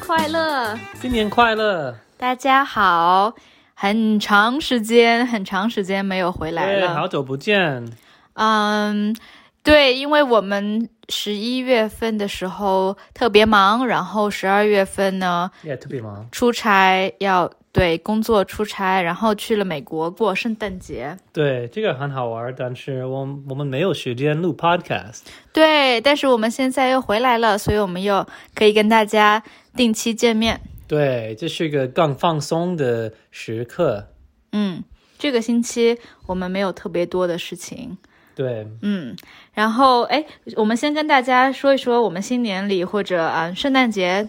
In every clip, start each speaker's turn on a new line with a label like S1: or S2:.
S1: 快乐！
S2: 新年快乐！
S1: 大家好，很长时间，很长时间没有回来
S2: 耶
S1: 了。
S2: 哎好久不见。
S1: 嗯，对，因为我们十一月份的时候特别忙，然后十二月份呢
S2: 也特别忙。
S1: 出差要对工作出差，然后去了美国过圣诞节。
S2: 对，这个很好玩，但是我我们没有时间录 podcast。
S1: 对，但是我们现在又回来了，所以我们又可以跟大家定期见面。
S2: 对，这是一个更放松的时刻。
S1: 嗯，这个星期我们没有特别多的事情。
S2: 对，
S1: 嗯，然后哎，我们先跟大家说一说我们新年里或者啊圣诞节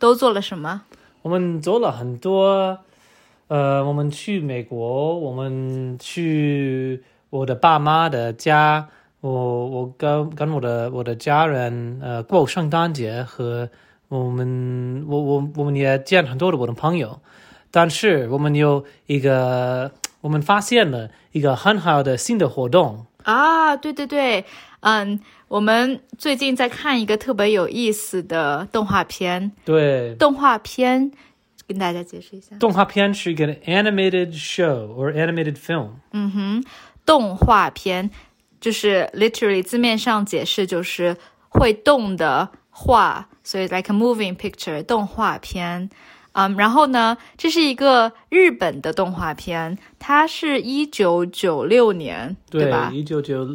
S1: 都做了什么。
S2: 我们做了很多，呃，我们去美国，我们去我的爸妈的家，我我跟跟我的我的家人，呃，过圣诞节和嗯我们我我我们也见很多的我的朋友，但是我们有一个，我们发现了一个很好的新的活动，
S1: 啊，对对对，嗯，我们最近在看一个特别有意思的动画片，
S2: 对。
S1: 动画片跟大家解释一下，
S2: 动画片是一个 animated show or animated film，
S1: 嗯哼，动画片就是 literally 字面上解释就是会动的画，所以 like a moving picture 动画片。嗯，然后呢，这是一个日本的动画片，它是一九九六年，对吧？
S2: 一九九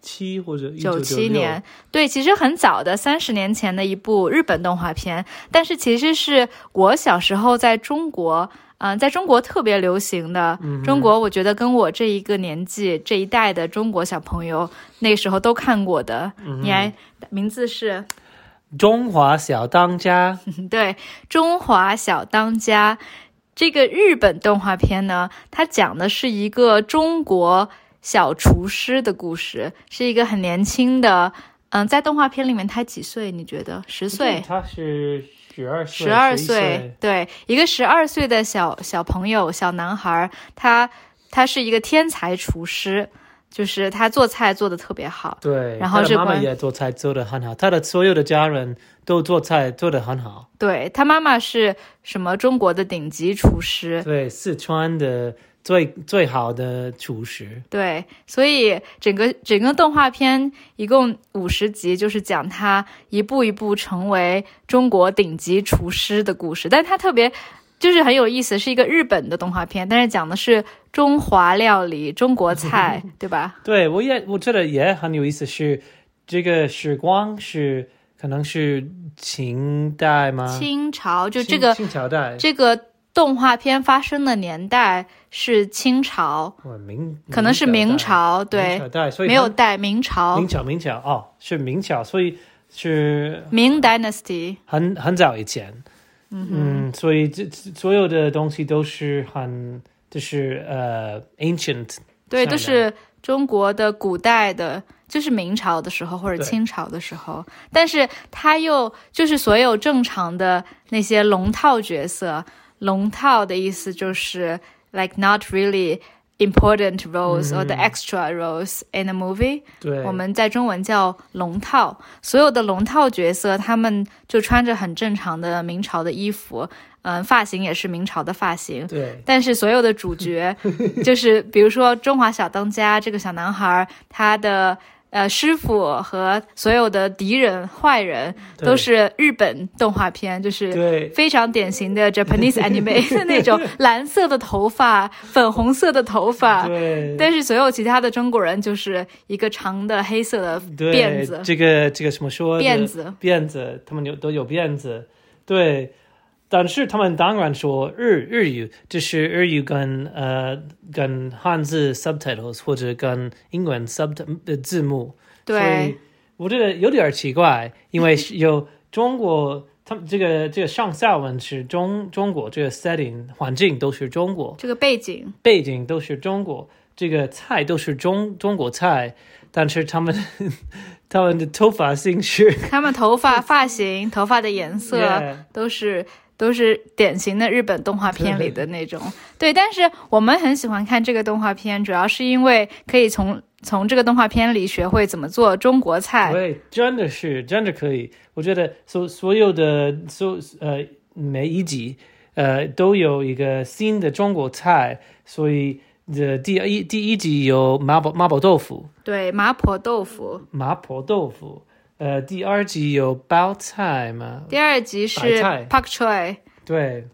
S2: 七或者一
S1: 九七
S2: 六
S1: 年，对，其实很早的，三十年前的一部日本动画片，但是其实是我小时候在中国，嗯、在中国特别流行的。中国，我觉得跟我这一个年纪这一代的中国小朋友那时候都看过的。你还名字是
S2: 中华小当家，
S1: 对《中华小当家》这个日本动画片呢，它讲的是一个中国小厨师的故事，是一个很年轻的，嗯，在动画片里面他几岁？你觉得十岁？
S2: 他是十二岁，
S1: 十二
S2: 11，
S1: 对，一个十二岁的小小朋友、小男孩儿，他他是一个天才厨师，就是他做菜做的特别好，
S2: 对，
S1: 然后
S2: 他的
S1: 是
S2: 妈妈
S1: 关
S2: 也做菜做的很好，他的所有的家人都做菜做的很好，
S1: 对他妈妈是什么中国的顶级厨师，
S2: 对，四川的最最好的厨师，
S1: 对，所以整个整个动画片一共五十集，就是讲他一步一步成为中国顶级厨师的故事。但他特别就是很有意思，是一个日本的动画片，但是讲的是中华料理、中国 菜，对吧？
S2: 对我也我觉得也很有意思是，这个时光是可能是清代吗？
S1: 清朝就这
S2: 啊清
S1: 个
S2: 清朝代，
S1: 这个动画片发生的年代是清朝，
S2: 哇明
S1: 可能是明朝，
S2: 代
S1: 对，
S2: 明朝代，所以
S1: 没有代明
S2: 很
S1: 朝
S2: 明朝明朝哦，是明朝，所以是
S1: 明 dynasty。
S2: 很很早以前，嗯所以这这所有的东西都是很就是呃 ancient，
S1: 对，
S2: 善
S1: 都
S2: 良
S1: 是中国的古代的，就是明朝的时候或者
S2: 对
S1: 清朝的时候，但是他又就是所有正常的那些龙套角色，龙套的意思就是 like not really important roles、or the extra roles in a movie，
S2: Mm 对，
S1: 我们在中文叫龙套。所有的龙套角色，他们就穿着很正常的明朝的衣服，嗯、发型也是明朝的发型，
S2: 对
S1: 但是所有的主 角，就是比如说《中华小当家》这个小男孩儿，他的呃师傅和所有的敌人、坏人
S2: 对
S1: 都是日本动画片，就是
S2: 对
S1: 非常典型 的 Japanese anime 的那种蓝色的头发、粉红色的头发。
S2: 对
S1: 但是所有其他的中国人就是一个长的黑色的
S2: 对
S1: 辫子
S2: 这个这个什么说的
S1: 辫子，
S2: 辫子，他们有都有辫子，对。但是他们当然说日日语，就是日语跟呃跟汉字 subtitles 或者跟英文 sub 的字幕，所
S1: 对
S2: 以我觉得有点儿奇怪，因为是有中国，他们这个这个上下文是中中国这个 setting 环境都是中国，
S1: 这个背景，
S2: 背景都是中国，这个菜都是中中国菜，但是他们 他们的头发型是
S1: 他们头发、发型、头发的颜色。
S2: Yeah，
S1: 都是都是典型的日本动画片里的那种。对，但是我们很喜欢看这个动画片，主要是因为可以从从这个动画片里学会怎么做中国菜。
S2: 对，真的是真的可以。我觉得所所有的所呃每一集呃都有一个新的中国菜，所以呃第一第一集有麻婆麻婆豆腐，
S1: 对，麻婆豆腐。
S2: 麻婆豆腐，呃第二集有包菜嘛，
S1: 第二集是
S2: 白菜
S1: pak choy，
S2: 对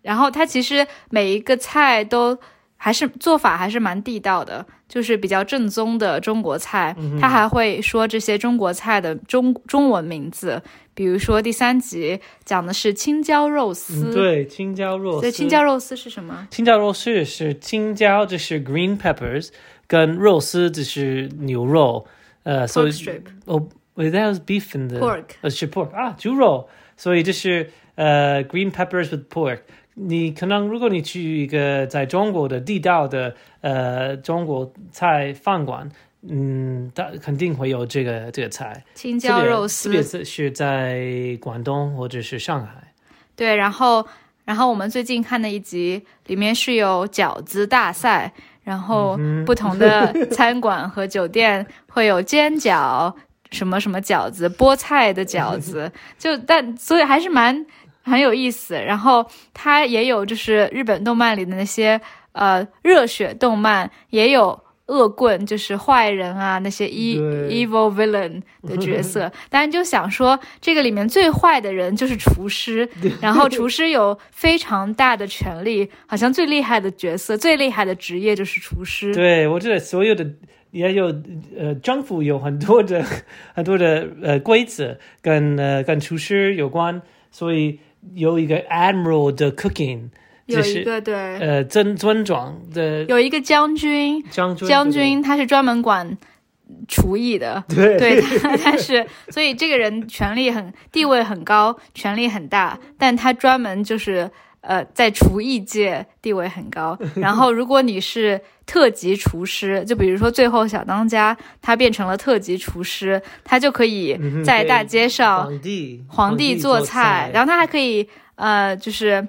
S1: 然后它其实每一个菜都还是做法还是蛮地道的，就是比较正宗的中国菜。
S2: 嗯
S1: 它还会说这些中国菜的中中文名字，比如说第三集讲的是青椒肉丝，
S2: 嗯，对青椒肉
S1: 所以
S2: 丝，
S1: 青椒肉丝是什么？
S2: 青椒肉丝是青椒，就是 green peppers，跟肉丝就是牛肉，呃，所
S1: pork
S2: 以
S1: strip,
S2: 哦，that was beef in the
S1: pork，
S2: 呃是 pork 啊，猪肉，所以这是呃 green peppers with pork。你可能如果你去一个在中国的地道的呃中国菜饭馆，嗯，它肯定会有这个这个菜，
S1: 青
S2: 特
S1: 椒
S2: 别
S1: 肉
S2: 特别
S1: 丝。
S2: 是是在广东或者是上海。
S1: 对，然后然后我们最近看的一集里面是有饺子大赛，然后不同的餐馆和酒店会有煎饺、什么什么饺子、菠菜的饺子，就但所以还是蛮很有意思。然后它也有就是日本动漫里的那些呃热血动漫，也有。恶棍就是坏人啊，那些 e
S2: 对
S1: evil villain 的角色，但是就想说，这个里面最坏的人就是厨师，然后厨师有非常大的权利，好像最厉害的角色、最厉害的职业就是厨师。
S2: 对，我觉得所有的也有呃，政府有很多的很多的呃规则跟呃跟厨师有关，所以有一个 admiral 的 cooking，
S1: 有
S2: 就
S1: 一
S2: 是
S1: 个对，
S2: 呃尊尊长的
S1: 有一个将军，
S2: 将军
S1: 将军他是专门管厨艺的，
S2: 对
S1: 对他他是，所以这个人权力很地位很高，权力很大，但他专门就是呃在厨艺界地位很高。然后如果你是特级厨师，就比如说最后小当家他变成了特级厨师，他就可以
S2: 嗯哼
S1: 在
S2: 对
S1: 大街上
S2: 皇帝
S1: 皇帝做菜，然后他还可以呃，就是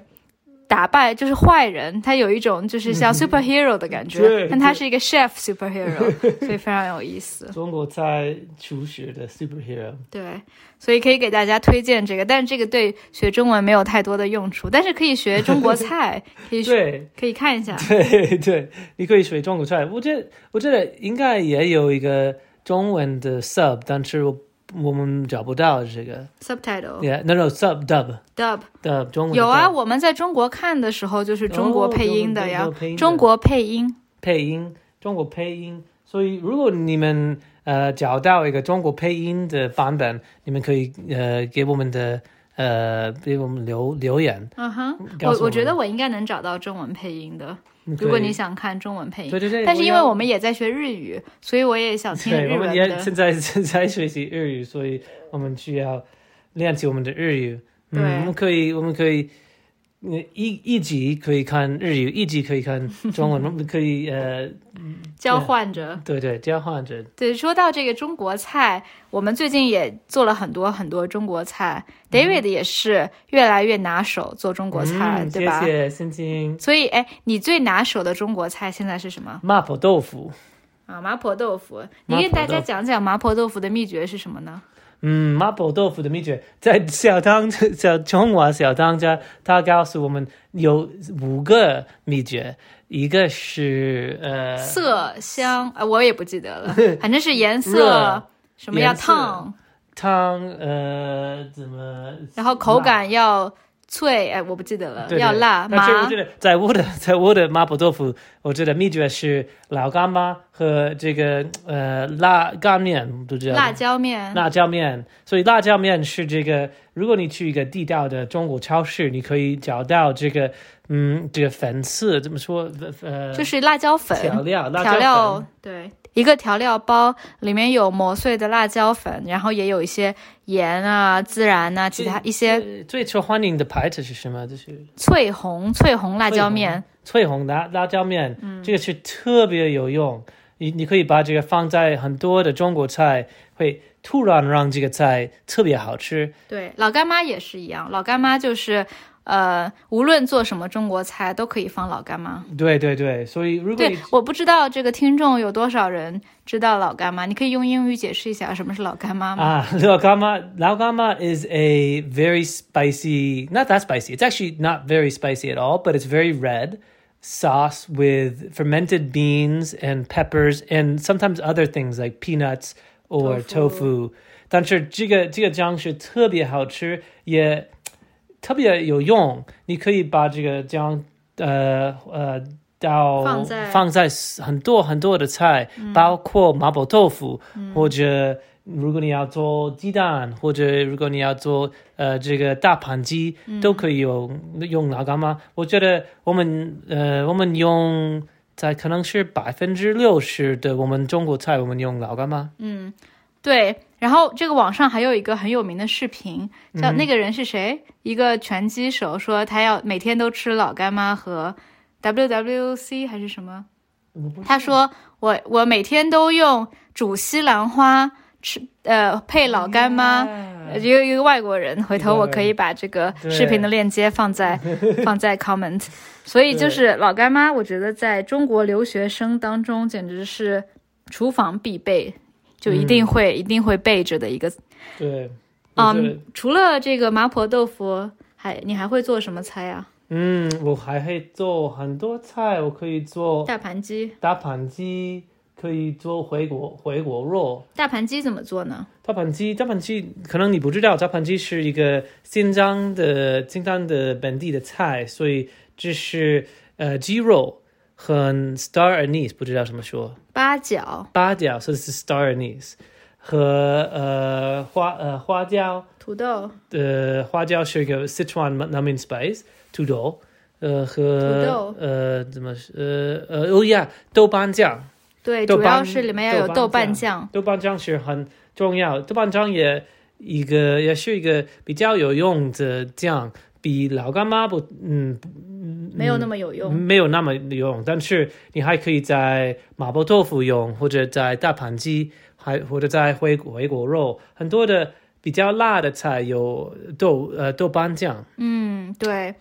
S1: 打败就是坏人，他有一种就是像 superhero 的感觉
S2: 嗯对，
S1: 但他是一个 chef superhero，所 以非常有意思。
S2: 中国菜厨师的 superhero，
S1: 对，所以可以给大家推荐这个，但是这个对学中文没有太多的用处，但是可以学中国 菜，可以学
S2: 对。
S1: 可以看一下。
S2: 对对，你可以学中国菜。我觉得我觉得应该也有一个中文的 sub，但是我我们找不到这个。
S1: subtitle
S2: Yeah, no, no, sub dub
S1: dub
S2: dub 中文
S1: 哦有啊，
S2: dub，
S1: 我们在中国看的时候就是中国
S2: 哦
S1: 配音的呀，
S2: 配音的
S1: 中国配音。
S2: 配音，中国配音。所以如果你们呃找到一个中国配音的版本，你们可以呃给我们的呃给我们留留言。
S1: 嗯哼，
S2: 告
S1: 我
S2: 诉我
S1: 我觉
S2: 们
S1: 得我应该能找到中文配音的。
S2: 对
S1: 如果你想看中文配音，
S2: 对对对，
S1: 但是因为
S2: 要
S1: 我们也在学日语，所以我也想听
S2: 对，
S1: 日
S2: 我们
S1: 文
S2: 也
S1: 的。
S2: 现在 正在学习日语，所以我们需要练习我们的日语。嗯，
S1: 对
S2: 我们可以，我们可以，嗯一一集可以看日语，一集可以看 中文，我们可以呃，
S1: 交换着。
S2: 对对，交换着。
S1: 对，说到这个中国菜，我们最近也做了很多很多中国菜、d
S2: 嗯
S1: a v i d 也是越来越拿手做中国菜，
S2: 嗯、
S1: 对吧？
S2: 谢谢星星。
S1: 所以，哎，你最拿手的中国菜现在是什么
S2: 麻婆豆腐，
S1: 啊？麻婆豆腐，你
S2: 麻
S1: 给
S2: 婆
S1: 大家
S2: 豆腐
S1: 讲讲麻婆豆腐的秘诀是什么呢？
S2: 嗯，麻婆豆腐的秘诀在小当小中华小当家，他告诉我们有五个秘诀，一个是呃
S1: 色香，啊，我也不记得 了，反正是颜色
S2: 热，
S1: 什么要
S2: 颜色
S1: 烫，
S2: 汤呃怎么
S1: 然后口
S2: 辣
S1: 感要脆，哎，我不记得了，
S2: 对对
S1: 要辣
S2: 而且我
S1: 麻
S2: 觉。得在我的 在我的麻婆豆腐，我觉得秘诀是老干妈和这个呃辣干面，都知道
S1: 辣椒面，
S2: 辣椒面。所以辣椒面是这个，如果你去一个地道的中国超市，你可以找到这个嗯这个粉刺怎么说呃
S1: 就是辣椒
S2: 调
S1: 粉，
S2: 料辣椒
S1: 调
S2: 粉
S1: 料对，一个调料包里面有磨碎的辣椒粉，然后也有一些盐啊、孜然啊，其他一些
S2: 呃最受欢迎的牌子是什么？就是
S1: 翠红翠红辣椒面，
S2: 翠红辣辣椒面，这个是特别有用。你你可以把这个放在很多的中国菜，会突然让这个菜特别好吃。
S1: 对，老干妈也是一样，老干妈就是呃，无论做什么中国菜都可以放老干妈。
S2: 对对对，所以如果
S1: 对
S2: 你，
S1: 我不知道这个听众有多少人知道老干妈，你可以用英语解释一下什么是老干妈 吗？
S2: Ah, laogama. Laogama is a very spicy, not that spicy. It's actually not very spicy at all, but it's very red sauce with fermented beans and peppers and sometimes other things like peanuts or tofu. 但是这个这个酱是特别好吃，也特别有用，你可以把这个姜，呃呃，到
S1: 放在嗯
S2: 放在很多很多的菜，包括麻婆豆腐，或者如果你要做鸡蛋，或者如果你要做呃这个大盘鸡，
S1: 嗯
S2: 都可以用用老干妈。我觉得我们呃我们用在可能是百分之六十的我们中国菜，我们用老干妈。
S1: 对，然后这个网上还有一个很有名的视频，叫那个人是谁？一个拳击手说他要每天都吃老干妈和 WWC 还是什么？他说我我每天都用煮西兰花吃，呃，配老干
S2: 嗯
S1: 妈。呃一个一个外国人，回头我可以把这个
S2: 对
S1: 视频的链接放 在放在 comment。所以就是老干妈，我觉得在中国留学生当中简直是厨房必备，就一定会、一定会备着的一个。
S2: 对，嗯我觉得
S1: 嗯，除了这个麻婆豆腐，还你还会做什么菜啊？
S2: 嗯，我还会做很多菜，我可以做
S1: 大盘鸡，
S2: 大盘鸡，可以做回锅回锅肉。
S1: 大盘鸡怎么做呢？
S2: 大盘鸡，大盘鸡，可能你不知道，大盘鸡是一个新疆的新疆的本地的菜，所以这是呃鸡肉和 star anise，不知道怎么说，
S1: 八角、
S2: 八角，所以是 star anise 和呃花呃花椒，
S1: 土豆、
S2: 呃花椒是一个 Sichuan Namin spice 土豆，呃
S1: 土
S2: 和
S1: 豆
S2: 呃怎么呃呃哦呀豆瓣酱，
S1: 对，
S2: 豆
S1: 主要
S2: 瓣
S1: 是里面要有
S2: 豆
S1: 豆
S2: 瓣
S1: 瓣酱。
S2: 豆瓣酱是很重要，豆瓣酱也一个也是一个比较有用的酱，比老干妈不嗯不
S1: 没有那么有用，
S2: 没有那么有用，但是你还可以在麻婆豆腐用，或者在大盘鸡，还或者在回回锅肉，很多的比较辣的菜有豆呃豆瓣酱，
S1: 嗯，对，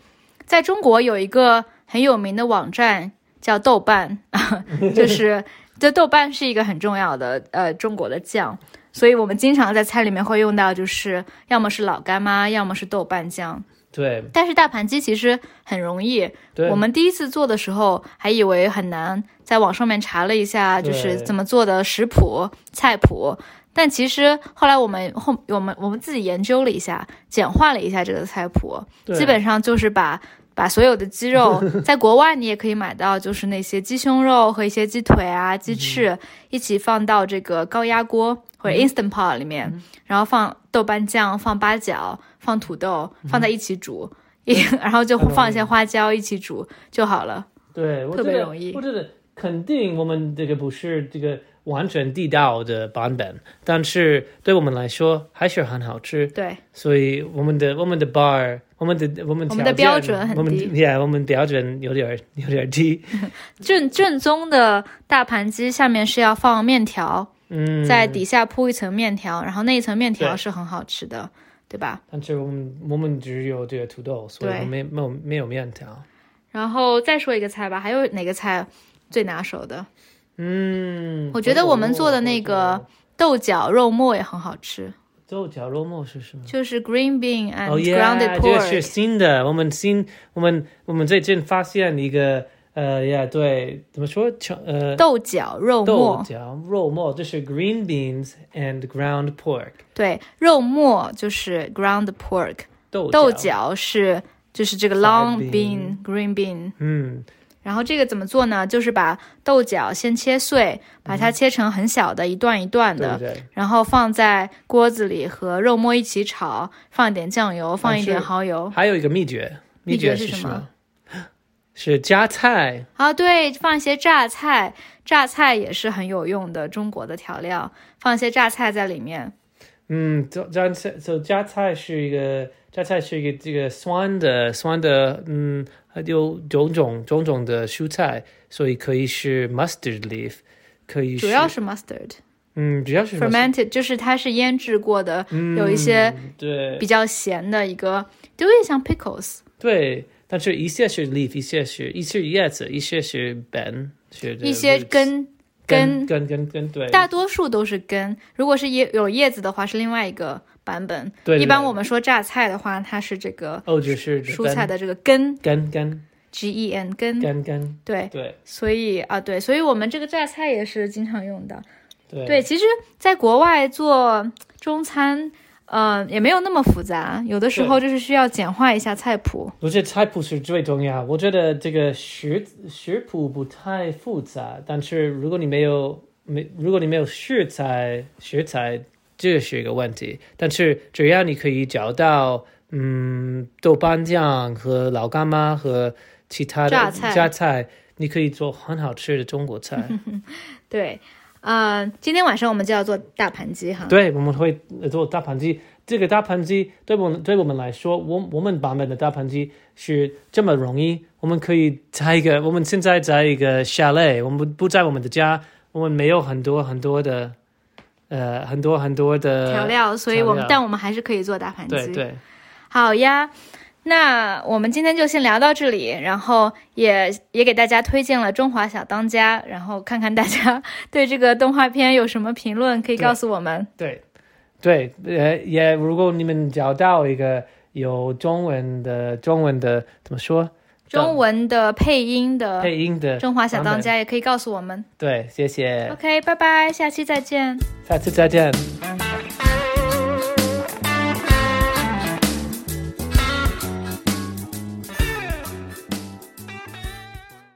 S1: 在中国有一个很有名的网站叫豆瓣， 就是这豆瓣是一个很重要的呃中国的酱，所以我们经常在菜里面会用到，就是要么是老干妈，要么是豆瓣酱。
S2: 对
S1: 但是大盘鸡其实很容易，
S2: 对，
S1: 我们第一次做的时候还以为很难，在网上面查了一下，
S2: 对
S1: 就是怎么做的食谱、菜谱。但其实后来我们后我们我们自己研究了一下，简化了一下这个菜谱，
S2: 对
S1: 基本上就是把把所有的鸡肉， 在国外你也可以买到，就是那些鸡胸肉和一些鸡腿啊、鸡
S2: 嗯
S1: 翅一起放到这个高压锅或者 instant pot 里
S2: 嗯
S1: 面，然后放豆瓣酱、放八角、放土豆，
S2: 嗯
S1: 放在一起煮， 也然后就
S2: 很容
S1: 放一些
S2: 易
S1: 花椒一起煮就好了。
S2: 对，我
S1: 特
S2: 觉
S1: 别
S2: 得
S1: 容易
S2: 我觉得肯定我们这个不是这个完全地道的版本，但是对我们来说还是很好吃。
S1: 对，
S2: 所以我们的我们的 bar，我们的我们
S1: 我们的
S2: 条
S1: 标
S2: 件
S1: 准很
S2: 我们
S1: 低
S2: yeah, 我们标准有点儿有点儿低。
S1: 正正宗的大盘鸡下面是要放面条，
S2: 嗯，
S1: 在底下铺一层面条，然后那一层面条
S2: 对
S1: 是很好吃的，对吧？
S2: 但是我们我们只有这个土豆，所以
S1: 对
S2: 我没没有没有面条。
S1: 然后再说一个菜吧，还有哪个菜最拿手的？
S2: 嗯，
S1: 我觉得我们做的那个豆角肉末也很好吃，
S2: 豆角肉末是什么？
S1: 就是 green bean and
S2: 哦耶，
S1: grounded
S2: 这个是
S1: pork。
S2: 新的。我们新我们我们最近发现一个呃呀对，怎么说？成呃
S1: 豆角肉
S2: 豆
S1: 末，
S2: 角肉末，这是 green beans and ground pork
S1: 对，肉末就是 ground pork，
S2: 豆
S1: 豆角是就是这个
S2: Fried
S1: long bean green bean。
S2: 嗯。
S1: 然后这个怎么做呢？就是把豆角先切碎，把它切成很小的一段一段
S2: 嗯对
S1: 的
S2: 不，对？
S1: 然后放在锅子里和肉末一起炒，放一点酱油，放一点
S2: 是
S1: 蚝油。
S2: 还有一个秘诀，
S1: 秘诀
S2: 诀
S1: 是
S2: 是
S1: 什么
S2: 么？ 是加菜，
S1: 啊，对，放一些榨菜，榨菜也是很有用的中国的调料，放一些榨菜在里面。
S2: 嗯，加加菜，就加菜是一个加菜是一个这个酸的酸的，嗯，有种种种种的蔬菜，所以可以是 mustard leaf，可以
S1: 主要是 mustard
S2: 嗯，主要是 mustard-
S1: fermented，就是它是腌制过的，
S2: 嗯
S1: 有一些
S2: 对
S1: 比较咸的一个，就有点像 pickles。
S2: 对，但是一些是 leaf，一些是一些叶子，一些是本，是
S1: 一些
S2: roots
S1: 根
S2: 根根根根，对，
S1: 大多数都是根，如果是叶有叶子的话是另外一个版本。
S2: 对
S1: 一般
S2: 对
S1: 我们说榨菜的话，它是这个
S2: 哦，就是
S1: 蔬菜的这个根
S2: 根根
S1: ，G E N 根。
S2: 根根，
S1: 对，
S2: 对
S1: 所以啊，对，所以我们这个榨菜也是经常用的。
S2: 对
S1: 对，其实在国外做中餐，呃，也没有那么复杂，有的时候就是需要简化一下菜谱。
S2: 我觉得菜谱是最重要。啊我觉得这个食食谱不太复杂，但是如果你没有没如果你没有食材食材，这是一个问题。但是只要你可以找到嗯豆瓣酱和老干妈和其他的
S1: 榨菜
S2: 榨菜你可以做很好吃的中国菜。
S1: 对，呃，今天晚上我们就要做大盘鸡哈。
S2: 对，我们会呃做大盘鸡。这个大盘鸡对我们对我们来说，我我们版本的大盘鸡是这么容易。我们可以在一个，我们现在在一个 chalet，我们不不在我们的家，我们没有很多很多的，呃，很多很多的
S1: 调。料，所以我
S2: 调
S1: 们
S2: 料
S1: 但我们还是可以做大盘鸡。
S2: 对对，
S1: 好呀，那我们今天就先聊到这里，然后也也给大家推荐了《中华小当家》，然后看看大家 对这个动画片有什么评论，可以告诉我们。
S2: 对，对，呃，也如果你们找到一个有中文的中文的怎么说
S1: 中文的配音的
S2: 配
S1: 《
S2: 音的，
S1: 中华小当家》也可以告诉我们。
S2: 对，谢谢，
S1: OK，拜拜，下期再见。
S2: 下次再见。